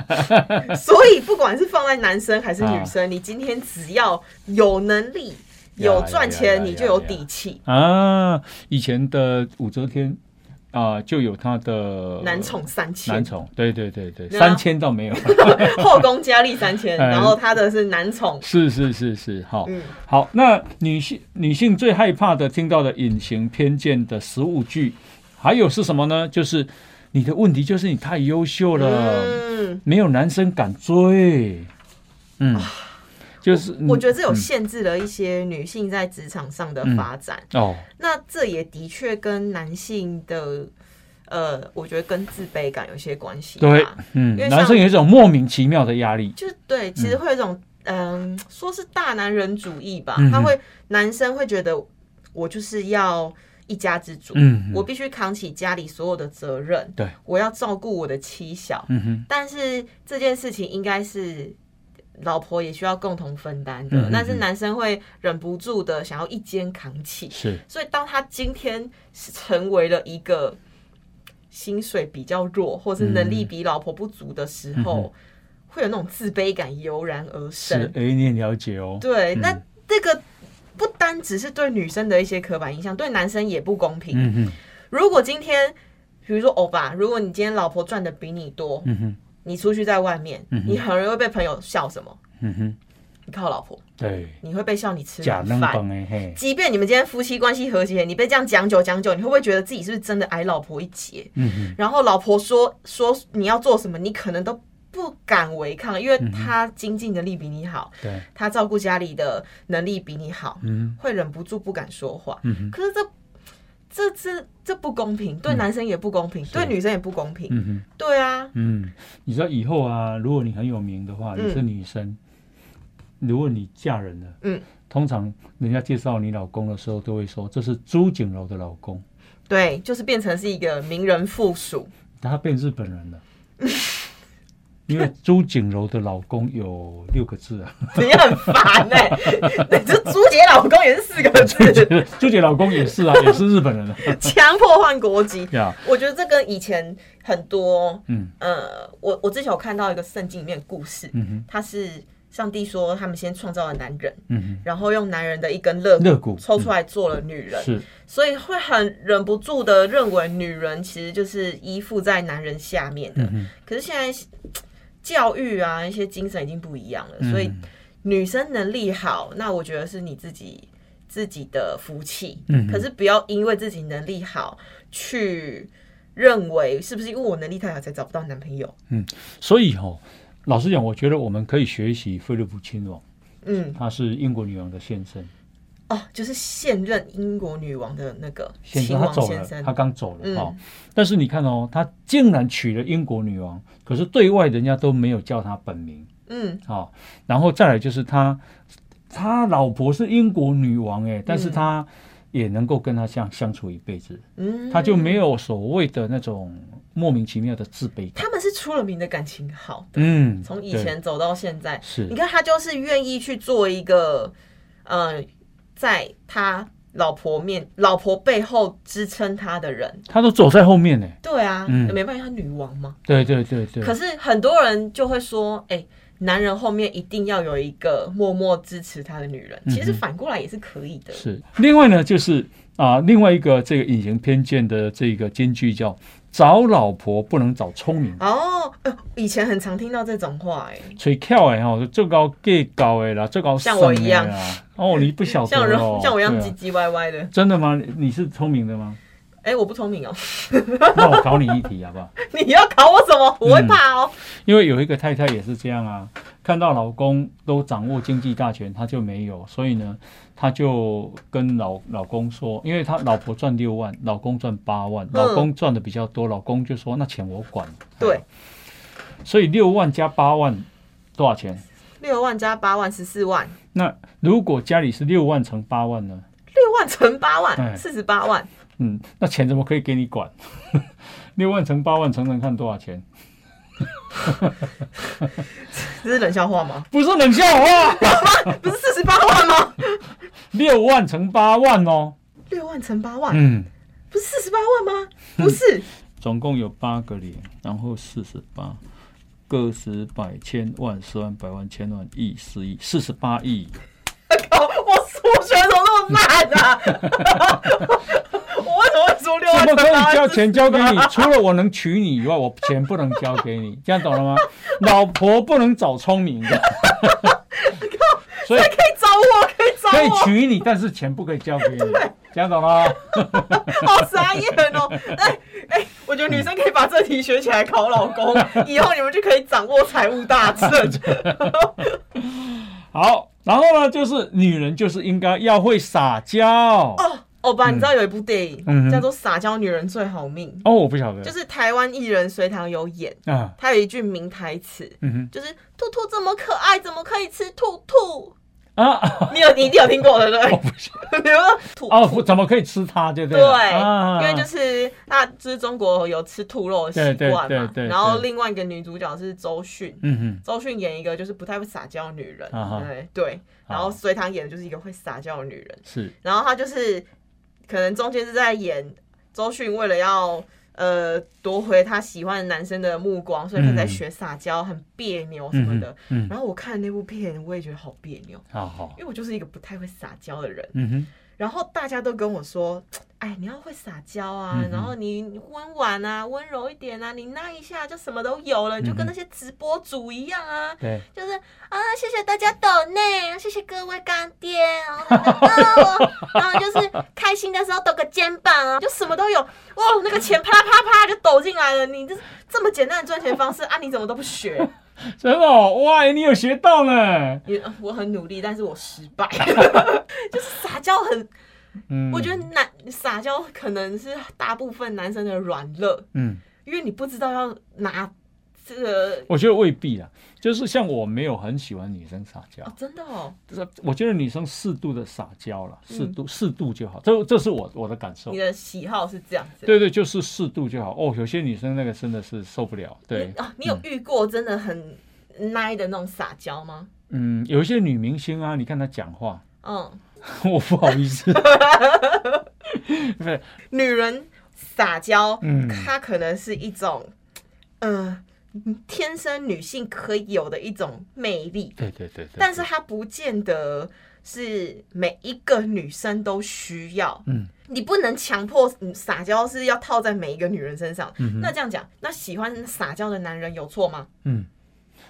所以不管是放在男生还是女生，你今天只要有能力、
啊呀
有赚
呀呀
钱，
呀
你就有底气。
啊，以前的武则天啊、就有她的
男宠三
呃男
千，
宠，对对对对，
对啊
三千倒没有，
后宫佳丽三 千，
哎
然后他的是男宠，
是是是是，好、
嗯，
好。那女性女性最害怕的听到的隐形偏见的十五句，还有是什么呢？就是你的问题就是你太优秀了，
嗯，
没有男生敢追，嗯，就是
啊我觉得这有
嗯
限制了一些女性在职场上的发展。
哦，
那这也的确跟男性的，呃，我觉得跟自卑感有些关系吧。
对，嗯
啊因为，像
男生有一种莫名其妙的压力，
就是对，其实会有一种嗯、说是大男人主义吧，
嗯哼
他会男生会觉得我就是要一家之主，
嗯
我必须扛起家里所有的责任，
对，
我要照顾我的妻小，
嗯哼，
但是这件事情应该是。老婆也需要共同分担
嗯
的
哼，
但是男生会忍不住的想要一肩扛起，
是
所以当他今天是成为了一个薪水比较弱，或是能力比老婆不足的时候，会有那种自卑感油然而
嗯是，
生。
哎，你也了解哦，
对，
嗯
那这个不单只是对女生的一些刻板印象，对男生也不公平。
嗯哼，
如果今天，比如说欧巴，如果你今天老婆赚的比你多，
嗯哼，
你出去在外面，
嗯哼
你很容易会被朋友笑什么？
嗯哼，
你靠老婆，
对，
你会被笑你吃
假
软
能
饭。
帮哎嘿。
即便你们今天夫妻关系和谐，你被这样讲久讲久，你会不会觉得自己是不是真的矮老婆一截？
嗯哼，
然后老婆说说你要做什么，你可能都不敢违抗，因为她经济能力比你好，
对，
她照顾家里的能力比你好，
嗯
会忍不住不敢说话。
嗯哼，
可是这这这这不公平，对男生也不公平，对女生也不公平。
嗯哼，
对啊，
嗯，你知道以后啊，如果你很有名的话，
嗯
你是女生，如果你嫁人了，
嗯，
通常人家介绍你老公的时候，都会说这是朱景柔的老公，
对，就是变成是一个名人附属。
他变日本人了。因为朱景柔的老公有六个字啊，
你很烦哎、你这朱姐老公也是四个字，
朱姐老公也 是啊，也是日本人啊，
强迫换国籍。
呀，
我觉得这跟以前很多，
嗯
呃，我我之前有看到一个圣经里面的故事，
嗯哼，
他是上帝说他们先创造了男人，
嗯
然后用男人的一根肋
肋骨
抽出来做了女人
哼，，是，
所以会很忍不住的认为女人其实就是依附在男人下面的。
嗯哼，
可是现在嘖教育啊，一些精神已经不一样了，
嗯
所以女生能力好，那我觉得是你自己自己的福气。
嗯哼
可是不要因为自己能力好去认为是不是因为我能力太好才找不到男朋友？
所以哦，老实讲，我觉得我们可以学习菲利普亲王，
嗯，
他是英国女王的先生，
哦，就是现任英国女王的那个
先
亲
生他
王
走
先
了
生，，
他刚走了
嗯
哈、哦但是你看哦，他竟然娶了英国女王，可是对外人家都没有叫他本名
嗯
啊、哦然后再来就是他，他老婆是英国女王哎，但是
嗯
他也能够跟他相相处一辈子，
嗯，
他就没有所谓的那种莫名其妙的自卑感。
他们是出了名的感情好，
嗯，
从以
对
前走到现在，
是
你看他就是愿意去做一个，呃，在他老婆面、老婆背后支撑他的人。
他都走在后面呢。
对啊，
嗯
没办法，她女王嘛。
对对对对，
可是很多人就会说，哎、男人后面一定要有一个默默支持他的女人。
嗯哼
其实反过来也是可以的。
是，另外呢，就是啊、另外一个这个隐形偏见的这个金句叫“找老婆不能找聪明
哦，呃以前很常听到这种话、哎，”，
吹跳的吼，最高 gay 高的啦，最高
像我一样
啦。哦，你不晓得
像人
哦，
像我一样
对啊
唧唧歪歪的。
真的吗？你你是聪明的吗？
哎、我不聪明哦，
那我考你一题好不好？
你要考我什么？我会怕 哦。
因为有一个太太也是这样啊，看到老公都掌握经济大权，她就没有，所以呢，她就跟老老公说，因为她老婆赚六万，老公赚八万，老公赚的比较多，老公就说那钱我管。
对，
所以六万加八万多少钱？
六万加八万，十四万。
那如果家里是六万乘八万呢？
六万乘八万，
哎
四十八万，
嗯，那钱怎么可以给你管？ 六万乘八万乘乘看多少钱？
这是冷笑话吗？
不是冷笑话，
不是四十八万吗？
六万乘八万哦。
六万乘八万，
嗯。
不是四十八万吗？不是，
总共有八个零，然后四十八，个十百千万十万百万千万亿十亿四十八亿，
靠！我数学怎么那么烂 啊？我为什么会说六啊万
怎么
乘
可
八
以交
万？
钱交给你？除了我能娶你以外，我钱不能交给你，这样懂了 吗？老婆不能找聪明的，所以
可以找我，可以找
可以
我，
娶你，但是钱不可以交 给你，这样懂了吗？
好傻眼哦！哎哎，我觉得女生可以把这题学起来考老公，
嗯
以后你们就可以掌握财务 大政。
好，然后呢，就是女人就是应该要会撒娇。
哦，欧巴，你知道有一部电
嗯
影
哼
叫做《撒娇女人最好命
哦，我不晓》，
就
得
是台湾艺人隋唐有演，
啊，
他有一句名台词，
嗯
就是兔兔这么可爱，怎么可以吃兔兔？
哼啊，
你有你一定有听过的对
我 不
不
晓
对？比如说兔
哦，
兔
不怎么可以吃它，对不
对，
对了？啊
因为就是那就是中国有吃兔肉的习惯
对对
嘛
对。对
然后另外一个女主角是周迅，
嗯
周迅演一个就是不太会撒娇的女人
啊哈，
对对。
好
然后隋唐演的就是一个会撒娇的女人
哼，，是，
然后她就是可能中间是在演周迅为了要。呃，夺回她喜欢的男生的目光，所以她在
嗯
学撒娇，很别扭什
嗯
么
哼
的。
嗯，
然后我看那部片，我也觉得好别扭，
好好
因，为我就是一个不太会撒娇的人。
嗯哼，
然后大家都跟我说，哎，你要会撒娇啊，
嗯嗯
然后你温婉啊，温柔一点啊，你那一下就什么都有了，你就跟
嗯嗯
那些直播主一样啊。
对，
就是啊，谢谢大家抖内，谢谢各位干爹，然后啊，然后就是开心的时候抖个肩膀啊，就什么都有，哇，那个钱啪啦啪啦啪啦就抖进来了，你这这么简单的赚钱方式啊，你怎么都不学？
真的哦，哇，你有学到呢，
也我很努力，但是我失败， 就是撒娇很
嗯，
我觉得，男撒娇可能是大部分男生的软肋，
嗯，
因为你不知道要拿这个
我觉得未必啊，就是像我没有很喜欢女生撒娇
哦，，真的哦，
就是我觉得女生适度的撒娇了，适度
嗯
适度就好，这这是我我的感受
你。的喜好是这样子。
对对，就是适度就好。哦，有些女生那个真的是受不了。对嗯
你，哦，你有遇过真的很奶的那种撒娇吗？
嗯，有一些女明星啊，你看她讲话，
嗯，
我不好意 思。不是，
女人撒娇，
嗯
她可能是一种，呃，天生女性可以有的一种魅力，
对对对对。
但是她不见得是每一个女生都需要。
嗯，
你不能强迫撒娇是要套在每一个女人身上。那这样讲，那喜欢撒娇的男人有错吗？
嗯，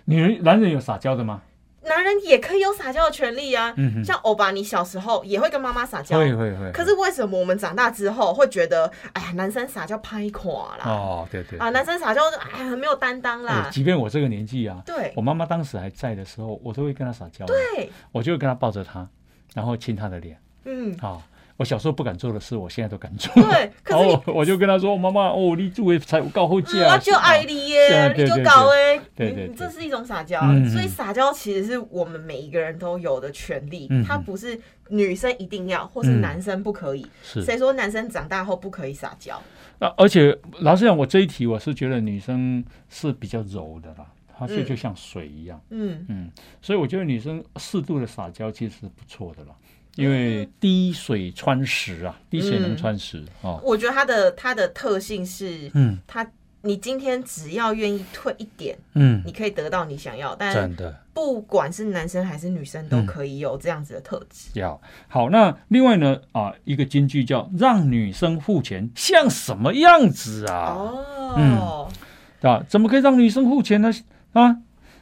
女人男人有撒娇的吗？
男人也可以有撒娇的权利啊。
嗯哼
像欧巴，你小时候也会跟妈妈撒娇。
会会会。
可是为什么我们长大之后会觉得，哎呀，男生撒娇拍垮啦，
哦，对对
啊，
对
男生撒娇，哎呀，很没有担当
哎
啦，
即便我这个年纪啊，
对
我妈妈当时还在的时候，我都会跟她撒娇啊，
对，
我就会跟她抱着她，然后亲她的脸
嗯，
啊。我小时候不敢做的事，我现在都敢做。
对，可
然
是
后
你
我我就跟她说：“妈妈，哦，你住的才有够好吃
嗯，
啊
啊，就爱你
是啊
耶，
对
你
对
就搞哎，
对
你
对
你
对
这是一种撒娇
嗯，
所以撒娇其实是我们每一个人都有的权利
嗯，
它不是女生一定要，或是
嗯
男生不可以。
是
谁说男生长大后不可以撒娇？
那而且老实讲，我这一题我是觉得女生是比较柔的啦，她就
嗯
就像水一样，
嗯，
嗯，所以我觉得女生适度的撒娇其实是不错的啦，
嗯
因为滴水穿石啊，滴水能穿石哦，
我觉得他的他的特性是，
嗯
他你今天只要愿意退一点，
嗯，
你可以得到你想要，但
真的
不管是男生还是女生
嗯
都可以有这样子的特质。
要好。那另外呢啊，一个金句叫让女生付钱像什么样子啊？
哦，
啊，怎么可以让女生付钱呢？啊，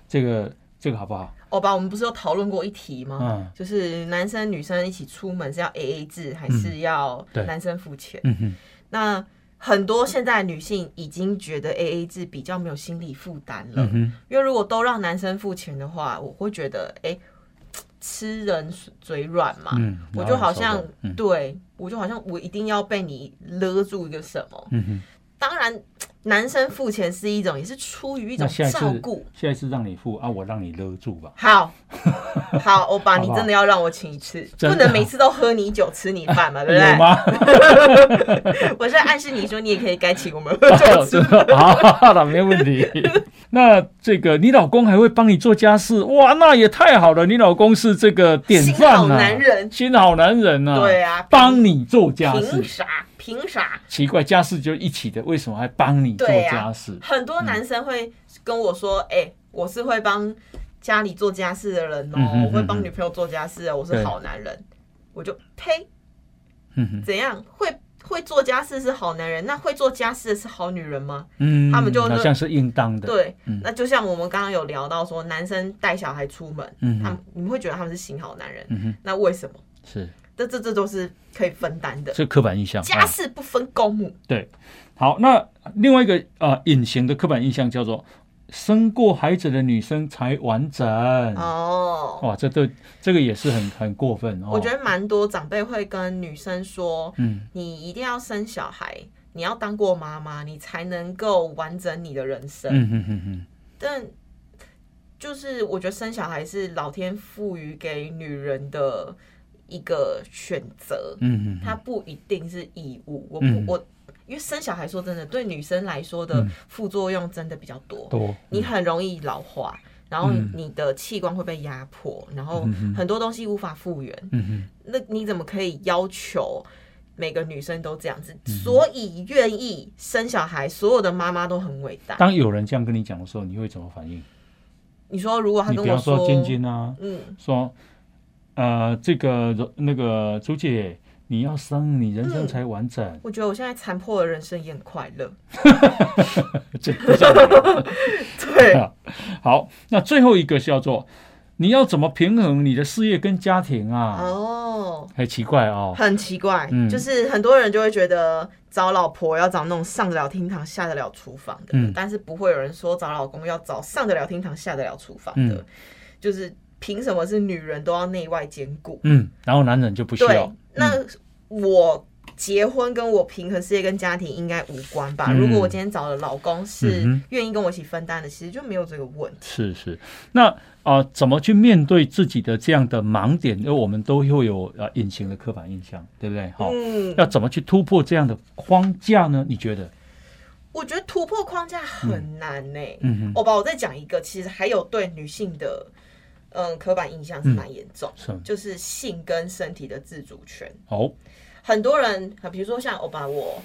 这个这个好不好？
欧哦巴，我们不是有讨论过一题吗？
嗯
就是男生女生一起出门是要 A A 制，还是要
嗯对
男生付钱？
嗯哼，
那很多现在女性已经觉得 A A 制比较没有心理负担了
嗯，哼。
因为如果都让男生付钱的话，我会觉得，哎、吃人嘴软嘛，
嗯
啊我就好像
拿人手软嗯
对我就好像我一定要被你勒住一个什么。
嗯哼，
当然，男生付钱是一种，也是出于一种
那下一次
照顾。
下一次让你付啊，我让你勒住吧。
好，好，欧巴，
好不
你
好
真的要让我请一次，
真
不
的
能每次都喝你酒吃你饭嘛，对不
有
对？
吗？
我是暗示你说，你也可以该请我们喝酒吃
真的好，那没问题。那这个你老公还会帮你做家事，哇，那也太好了！你老公是这个典范啊，
新好男人
新好男人啊，
对啊
帮你做家
凭
事，
啥？凭啥？
奇怪，家事就一起的，为什么还帮你做
对啊
家事？
很多男生会跟我说：“哎、我是会帮家里做家事的人哦、
嗯哼
我会帮女朋友做家事哦，我是好男人。”我就呸，
嗯哼，
怎样会会做家事是好男人，那会做家事的是好女人吗？
嗯，
他们就
好像是应当的，
对，
嗯
那就像我们刚刚有聊到说，男生带小孩出门，
嗯哼
他们你们会觉得他们是型好男人，
嗯哼，
那为什么？
是
这这这都是可以分担的，
这刻板印象。
家
啊
事不分公母。
对，好，那另外一个呃隐形的刻板印象叫做生过孩子的女生才完整。
哦，
哇，这对这个也是很很过分哦。
我觉得蛮多长辈会跟女生说，
嗯，
你一定要生小孩，你要当过妈妈，你才能够完整你的人生。
嗯哼哼哼，
但就是我觉得生小孩是老天赋予给女人的一个选择，
嗯哼
它
哼，
不一定是义务。我不、
嗯
我。因为生小孩，说真的，对女生来说的副作用真的比较多。
多
你很容易老化，然后
嗯
你的器官会被压迫，然后很多东西无法复原。
嗯
那你怎么可以要求每个女生都这样
嗯
子？所以愿意生小孩，所有的妈妈都很伟
哼，
大。
当有人这样跟你讲的时候，你会怎么反应？
你说如果她
你
跟
比
我
方说晶晶啊，
嗯，
说呃这个柔那个朱姐，你要生，你人
嗯
生才完整，
我觉得我现在残破的人生也很快乐。
这不像你。啊
对，
好，那最后一个叫做你要怎么平衡你的事业跟家庭啊？
哦，
很奇怪哦，
很奇怪，
嗯
就是很多人就会觉得找老婆要找那种上得了厅堂、下得了厨房的，
嗯
但是不会有人说找老公要找上得了厅堂、下得了厨房的，
嗯
就是凭什么是女人都要内外兼顾？
嗯，然后男人就不需
对
要，，
那我结婚跟我平衡事业跟家庭应该无关吧？
嗯
如果我今天找的老公
嗯
是
哼
愿意跟我一起分担的，其实就没有这个问题。
是是，那啊、呃怎么去面对自己的这样的盲点？因为我们都会有呃隐形的刻板印象，对不对？好、
嗯，
要怎么去突破这样的框架呢？你觉得？
我觉得突破框架很难欸呢、
嗯哼，
哦我吧，我再讲一个，其实还有对女性的嗯刻板印象是蛮严重，
是
就是性跟身体的自主权。
哦，
很多人，啊比如说像欧巴我，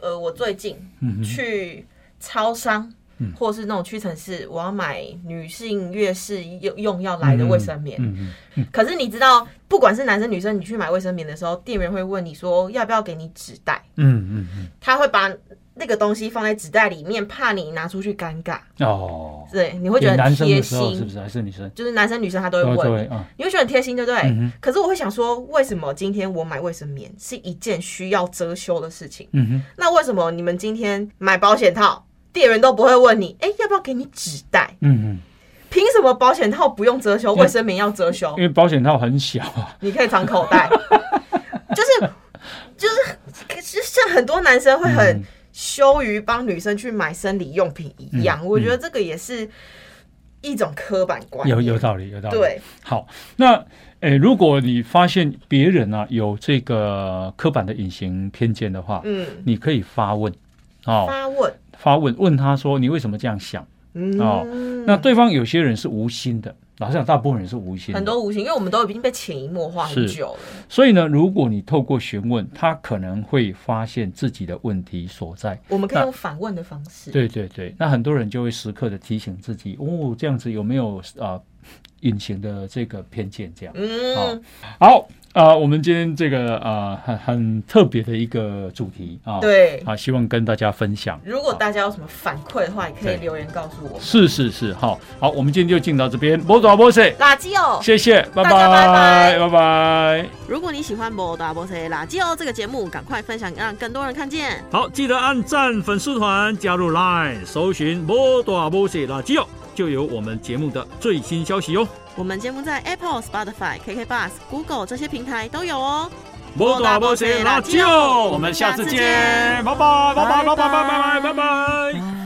呃，我最近
嗯哼，嗯
去超商，或是那种屈臣氏，我要买女性月事用用要来的卫生棉。
嗯哼，
可是你知道，不管是男生女生，你去买卫生棉的时候，店员会问你说要不要给你纸袋，
嗯嗯嗯
他会把那个东西放在纸袋里面，怕你拿出去尴尬。
嗯，哦，
对，你会觉
给
得
男
很
生的
贴
时候是不
心，
是还是女生？
就是男生女生他都会
对
问，
对啊，
你会觉得很贴心，对不对？
嗯哼
可是我会想说，为什么今天我买卫生棉是一件需要遮羞的事情？
嗯哼，
那为什么你们今天买保险套，店员都不会问你，哎、要不要给你纸袋？
嗯
凭什么保险套不用遮羞，卫生棉要遮羞
哼，因？为保险套很小啊，
你可以藏口袋，就是就是，可是像很多男生会很
嗯
羞于帮女生去买生理用品一样，
嗯
我觉得这个也是一种刻板观念。
有有道理，有道理。
对，
好，那诶，如果你发现别人啊有这个刻板的隐形偏见的话，
嗯，
你可以发问，哦，
发问，
发问问他说你为什么这样想？
嗯，
哦那对方有些人是无心的，老实讲，大部分人是无心
很
的。
多无形，因为我们都已经被潜移默化很
是
久了。
所以呢，如果你透过询问，他可能会发现自己的问题所在。
我们可以
那
用反问的方式。
对对对，那很多人就会时刻的提醒自己，哦，这样子有没有啊、隐形的这个偏见？这样好
嗯，
好啊、我们今天这个啊、很很特别的一个主题啊，
对。
啊，希望跟大家分享。
如果大家有什么反馈的话，也可
对
以留言告诉我。
是是是，好好，我们今天就进到这边，啊波爪波塞。
垃圾哦，
谢谢，拜
大家拜拜
拜，拜拜。
如果你喜欢《摩大波塞垃圾哦》这个节目，赶快分享，让更多人看见。
好，记得按赞粉丝团，加入 Line，搜寻“摩大摩西垃圾哦”，就有我们节目的最新消息哦。
我们节目在 Apple、Spotify、KK Bus、Google 这些平台都有哦。
摩大摩西垃圾哦，我们下次见，拜拜，拜拜，拜拜，拜拜，拜拜。
拜。